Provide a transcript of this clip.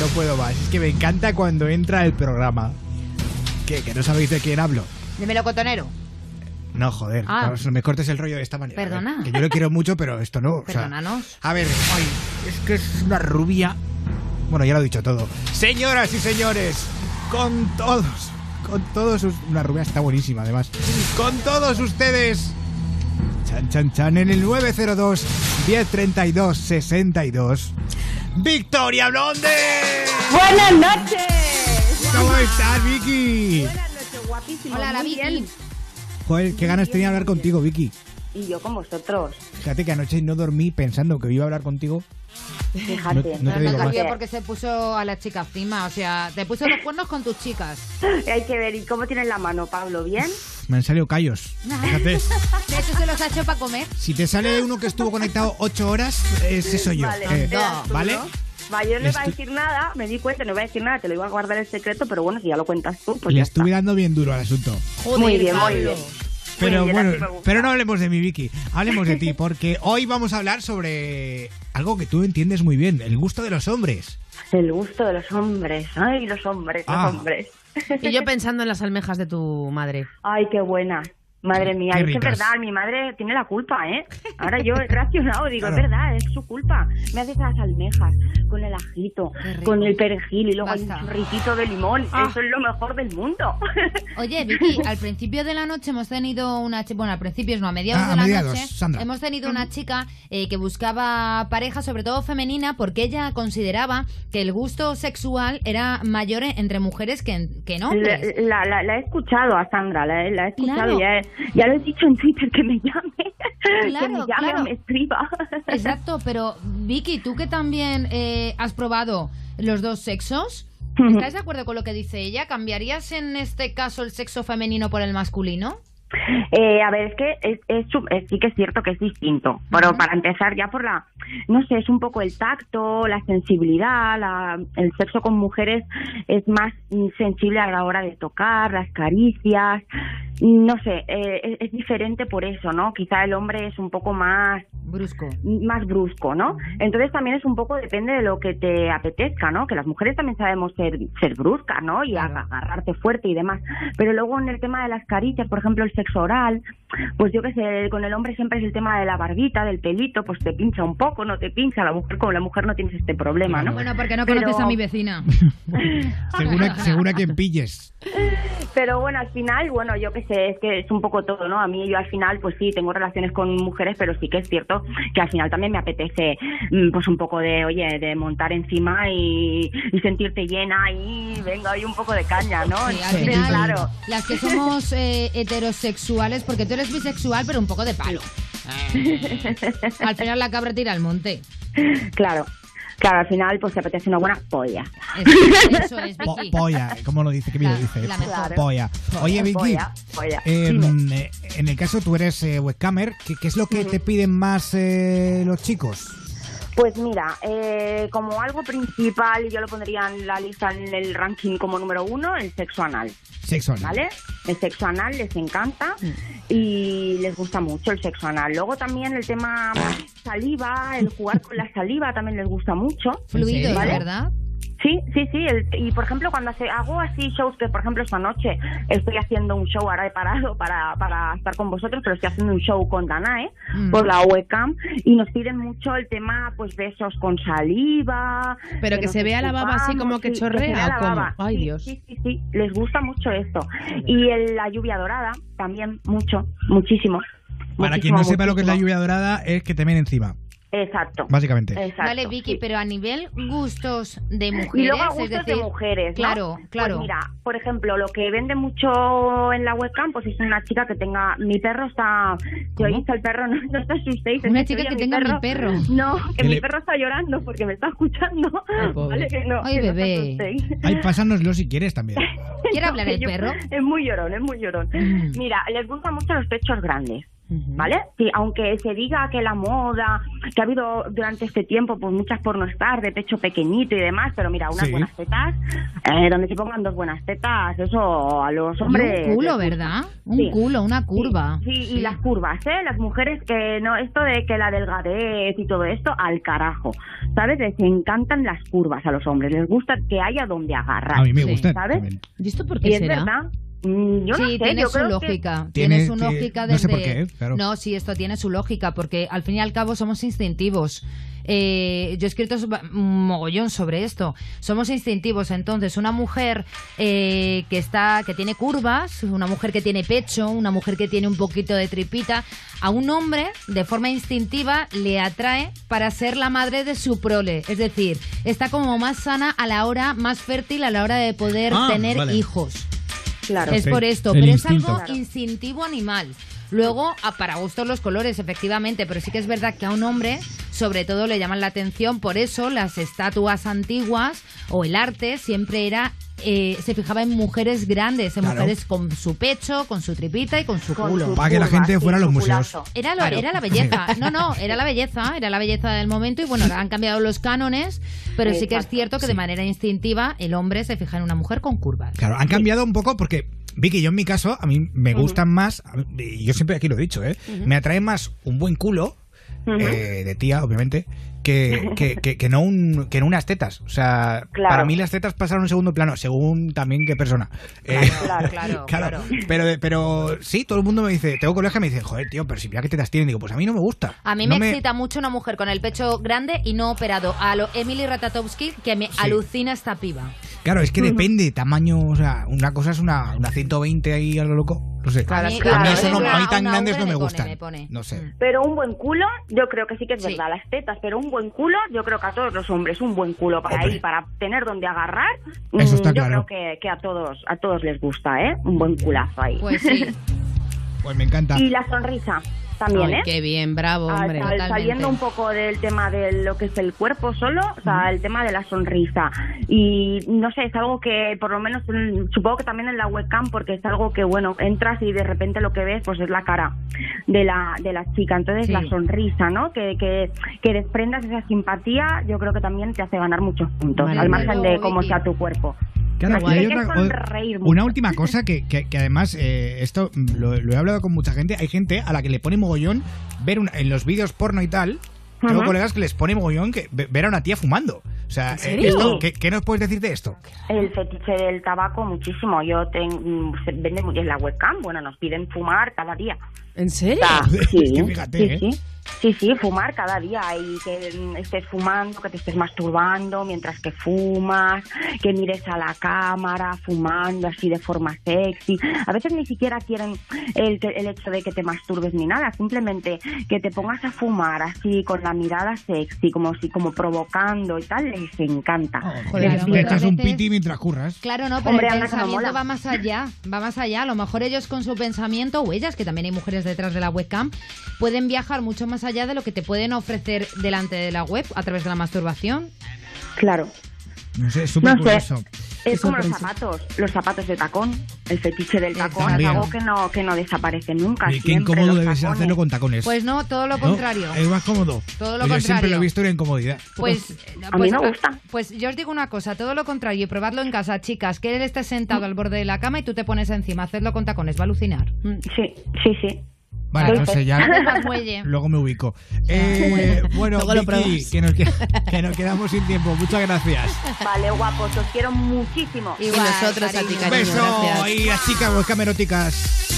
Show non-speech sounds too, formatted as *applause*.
No puedo más. Es que me encanta cuando entra el programa. ¿Qué? ¿Que no sabéis de quién hablo? De melocotonero. No, joder. Ah. Carlos, no me cortes el rollo de esta manera. A ver, Perdona. Que yo lo quiero mucho, pero esto no. o sea, Perdónanos. a ver, ay, es que es una rubia. Bueno, ya lo he dicho todo. Señoras y señores, con todos, con todos sus... Una rubia está buenísima, además. Con todos ustedes... Chan, chan, chan, en el 902 1032 62. Victoria Blonde. Buenas noches. ¿Cómo estás, Vicky? Buenas noches, guapísimo. Hola, la muy Vicky. bien. Joder, qué ganas tenía de hablar contigo, Vicky. Y yo con vosotros. Fíjate que anoche no dormí pensando que iba a hablar contigo. Fíjate. No te Pero no digo cambió más. porque se puso a la chica encima. O sea, te puso los cuernos con tus chicas. *laughs* Hay que ver, ¿y cómo tienes la mano, Pablo? ¿Bien? Me han salido callos. Fíjate. De hecho, se los ha hecho para comer. Si te sale uno que estuvo conectado ocho horas, ese soy yo. Vale, Eh, eras tú, ¿Vale? ¿no? Va, yo no Le iba a estu- decir nada, me di cuenta, no iba a decir nada, te lo iba a guardar el secreto, pero bueno, si ya lo cuentas tú, pues Le ya estuve está. dando bien duro al asunto. Joder, Muy bien, muy Pablo. bien. Pero bien, así me bueno, gusta. pero no hablemos de mi Vicky, hablemos de ti, porque hoy vamos a hablar sobre algo que tú entiendes muy bien, el gusto de los hombres. El gusto de los hombres, ay, los hombres, Ah. los hombres. Y yo pensando en las almejas de tu madre. Ay, qué buena. Mm, Madre mía, Qué es que es ricas. verdad, mi madre tiene la culpa, ¿eh? Ahora *laughs* yo he racionado, digo, Claro. es verdad, es su culpa. Me haces las almejas, con el ajito, Qué rico. con el perejil y luego hay Basta. un chorritito de limón. Ah. Eso es lo mejor del *laughs* mundo. Oye, Vicky, al principio de la noche hemos tenido una chica, bueno, al principio no, a mediados Ah, a de la mediados, noche Sandra. hemos tenido una chica eh, que buscaba pareja, sobre todo femenina, porque ella consideraba que el gusto sexual era mayor en- entre mujeres que, en- que en la, hombres. la- la- la he escuchado a Sandra, la, he- la he escuchado, Claro. ya, he- ya lo he dicho en Twitter, que me llame, *laughs* que Claro, me llame claro. o me escriba. Exacto, pero Vicky, tú que también eh, has probado los dos sexos, Ujú. ¿estás de acuerdo con lo que dice ella? ¿Cambiarías en este caso el sexo femenino por el masculino? Eh, a ver, es que es, es su- eh, sí que es cierto que es distinto, pero para empezar ya por la, no sé, es un poco el tacto, la sensibilidad, la- el sexo con mujeres es más mm, sensible a la hora de tocar, las caricias, no sé, eh, es, es diferente por eso, ¿no? Quizá el hombre es un poco más Brusco. más brusco, ¿no? Entonces también es un poco depende de lo que te apetezca, ¿no? Que las mujeres también sabemos ser, ser bruscas, ¿no? Y Claro. agarrarte fuerte y demás. Pero luego en el tema de las caricias, por ejemplo, el sexo oral, pues yo qué sé, con el hombre siempre es el tema de la barbita, del pelito, pues te pincha un poco, no te pincha. La mujer con la mujer no tienes este problema, ¿no? Bueno, porque no Pero- conoces a mi *laughs* vecina. Según a, según a quien pilles. Pero bueno, al final, bueno, yo qué sé, es que es un poco todo, ¿no? A mí, yo al final, pues sí, tengo relaciones con mujeres, pero sí que es cierto que al final también me apetece, mm, pues un poco de, oye, de montar encima y, y sentirte llena y venga, hay un poco de caña, ¿no? Sí, al Entonces, final, claro. las que somos eh, heterosexuales, porque tú eres bisexual, pero un poco de *laughs* palo. Eh, al final la cabra tira al *laughs* monte. Claro, claro, al final, pues te apetece una buena polla. Eso, eso es, Po- Vicky. polla, ¿cómo lo dice? ¿Qué bien lo La- dice? la mejor. Polla. Oye, Vicky, Polla, polla. eh, Dime. mm, eh, en el caso tú eres eh, webcamer, ¿qué, qué es lo que te piden más eh, los chicos? Pues mira, eh, como algo principal, yo lo pondría en la lista, en el ranking como número uno, el sexo anal. Sexo. anal. ¿vale? El sexo anal les encanta y les gusta mucho el sexo anal. Luego también el tema saliva, el jugar con la saliva también les gusta mucho. Fluidos, ¿Vale? ¿verdad? Sí, sí, sí. el- y por ejemplo, cuando hace- hago así shows, que por ejemplo esta noche estoy haciendo un show, ahora he parado para, para estar con vosotros, pero estoy haciendo un show con Danae Mm. por la webcam y nos piden mucho el tema pues besos con saliva. Pero que nos se vea la baba así escupamos, como que sí, se chorrea, vea la ¿o cómo? baba. Ay, Sí, Dios. Sí, sí, sí, les gusta mucho esto. Y el- la lluvia dorada también, mucho, muchísimo. Para quien Muchísimo, no sepa lo que es la muchísimo. lluvia dorada, es que te ven encima, Exacto. básicamente. exacto, Vale, Vicky, sí. pero a nivel gustos de mujeres, Y luego a es gustos decir, de mujeres, ¿no? claro, claro. Pues mira, por ejemplo, lo que vende mucho en la webcam, pues es una chica que tenga... Mi perro está... Si oís el perro, *laughs* no, no os asustéis. es Una si chica oye que tenga mi perro. No, que Que mi le- perro está llorando porque me está escuchando. *laughs* Ay, pobre. Vale, que no, Ah, Ay, que no os bebé. asustéis. Ay, pásanoslo si quieres *laughs* también. ¿Quiere hablar Que el yo- *laughs* perro? Es muy llorón, es muy llorón. Mm. Mira, les gustan mucho los pechos grandes. Ujú. ¿Vale? Sí, aunque se diga que la moda, que ha habido durante este tiempo pues muchas pornostar de pecho pequeñito y demás, pero mira, unas Sí. buenas tetas, eh, donde se pongan dos buenas tetas, eso a los Y hombres... un culo, les gusta. ¿verdad? Un Sí. culo, una curva. Sí, sí, y las curvas, ¿eh? Las mujeres que no, esto de que la delgadez y todo esto, al carajo. ¿Sabes? Les encantan las curvas a los hombres, les gusta que haya donde agarrar. A mí me Sí, gustan. ¿sabes? también. ¿Y esto por Y qué es será? verdad. Mm, Yo no sí, sé, tiene yo su creo que- lógica. Tiene- Tiene, su tiene- lógica desde... no sé por qué, claro. No, sí, esto tiene su lógica, porque al fin y al cabo somos instintivos. Eh, yo he escrito sob- un mogollón sobre esto. Somos instintivos, entonces una mujer eh, que está, que tiene curvas, una mujer que tiene pecho, una mujer que tiene un poquito de tripita, a un hombre de forma instintiva le atrae para ser la madre de su prole. Es decir, está como más sana a la hora, más fértil a la hora de poder Ah, tener vale. hijos. Claro. Es Sí, por esto, el pero es instinto. algo instintivo animal. Luego, a- para gustos los colores, efectivamente, pero sí que es verdad que a un hombre, sobre todo, le llaman la atención. Por eso, las estatuas antiguas o el arte siempre era. eh, se fijaba en mujeres grandes, en Claro. mujeres con su pecho, con su tripita y con su Con culo. sus Para que la curvas gente y fuera a su los museos. culazo. Era, lo- era la belleza, no, no, era la belleza, era la belleza del momento y bueno, ahora han cambiado los cánones, pero sí que es Exacto, cierto que de manera instintiva el hombre se fija en una mujer con curvas. Claro, han cambiado un poco porque, Vicky, yo en mi caso, a mí me gustan más, a mí- y yo siempre aquí lo he dicho, ¿eh? me atrae más un buen culo, Ujú. eh, de tía, obviamente, que, que, que- que no un, que no unas tetas. O sea, Claro. para mí las tetas pasaron a un segundo plano, según también qué persona. Eh, *laughs* Claro, claro, claro. Pero, pero sí, todo el mundo me dice, tengo colegas que me dicen, joder, tío, pero si mira qué tetas tienen, digo, pues a mí no me gusta. A mí No me, excita mucho una mujer con el pecho grande y no operado. A lo Emily Ratatowski, que me alucina esta piba. Claro, es que depende, tamaño, o sea, una cosa es una, una 120 ahí a lo loco, no sé. Claro, a es mí, que a mí claro, eso no, es a mí una- tan una grandes no V me me pone, gustan. me pone. No sé. Pero un buen culo, yo creo que sí que es Sí. verdad, las tetas, pero un buen culo, yo creo que a todos los hombres, un buen culo para Hombre. ahí, para tener donde agarrar, Eso mm, está yo claro. creo que, que a todos a todos les gusta, ¿eh? Un buen culazo ahí. Pues *laughs* sí. Pues me encanta. y la sonrisa también, Ay, ¿eh? qué bien, bravo, Al- hombre. al- totalmente. Ah, saliendo un poco del tema de lo que es el cuerpo solo, o sea, el tema de la sonrisa. Y no sé, es algo que por lo menos mm, supongo que también en la webcam, porque es algo que, bueno, entras y de repente lo que ves pues es la cara de la, de la chica. Entonces Sí. la sonrisa, ¿no? Que, que, que desprendas esa simpatía, yo creo que también te hace ganar muchos puntos, Vale, al desde margen luego, de cómo Vicky. sea tu cuerpo. Claro, Así y que hay hay que otra- sonreír o- mucho. una última cosa que, que- que además, eh, esto mm, lo, lo he hablado con mucha gente, hay gente a la que le pone mogollón ver una- en los vídeos porno y tal. Tengo Ajá. colegas que les pone mogollón que ve- ver a una tía fumando. O sea, eh, serio? esto- ¿qué, qué nos puedes decir de esto? El fetiche del tabaco muchísimo. Yo tengo, mm, se vende muy en la webcam. Bueno, nos piden fumar cada día. ¿En serio? *laughs* Ah, Es sí, que fíjate, sí, ¿eh? sí. Sí, sí, fumar cada día y que mm, estés fumando, que te estés masturbando mientras que fumas, que mires a la cámara fumando así de forma sexy. A veces ni siquiera quieren el, que- el hecho de que te masturbes ni nada, simplemente que te pongas a fumar así con la mirada sexy, como si como provocando y tal, les encanta. joder, Te- claro, te echas muchas un veces- piti mientras curras. Claro, no, pero Hombre, el anda que no pensamiento mola. va más allá, va más allá. A lo mejor ellos con su pensamiento, o ellas, que también hay mujeres detrás de la webcam, pueden viajar mucho más allá de lo que te pueden ofrecer delante de la web a través de la masturbación. Claro. No sé, es súper no sé. curioso. Es como los sorpresa. zapatos, los zapatos de tacón, el fetiche del tacón También. es algo que no que no desaparece nunca. Oye, Qué siempre incómodo los debe ser tacones. hacerlo con tacones. Pues no, todo lo ¿No? contrario. Es más cómodo. Todo lo Yo siempre contrario. lo he visto una incomodidad. Pues, A mí pues- no me gusta. Pues yo os digo una cosa, todo lo contrario, y probadlo en casa, chicas, que él esté Mm. sentado al borde de la cama y tú te pones encima, hacedlo con tacones, va a alucinar. Mm. Sí, sí, sí. Vale, Pues- entonces ya. Hazlo más *laughs* muelle. Luego me ubico. Eh, bueno, Luego lo Vicky, probas. que nos, que- que nos quedamos sin tiempo. Muchas gracias. Vale, guapos, os quiero muchísimo. Y nosotros a ti, Un cariño. beso gracias. y las chicas, los cameróticas.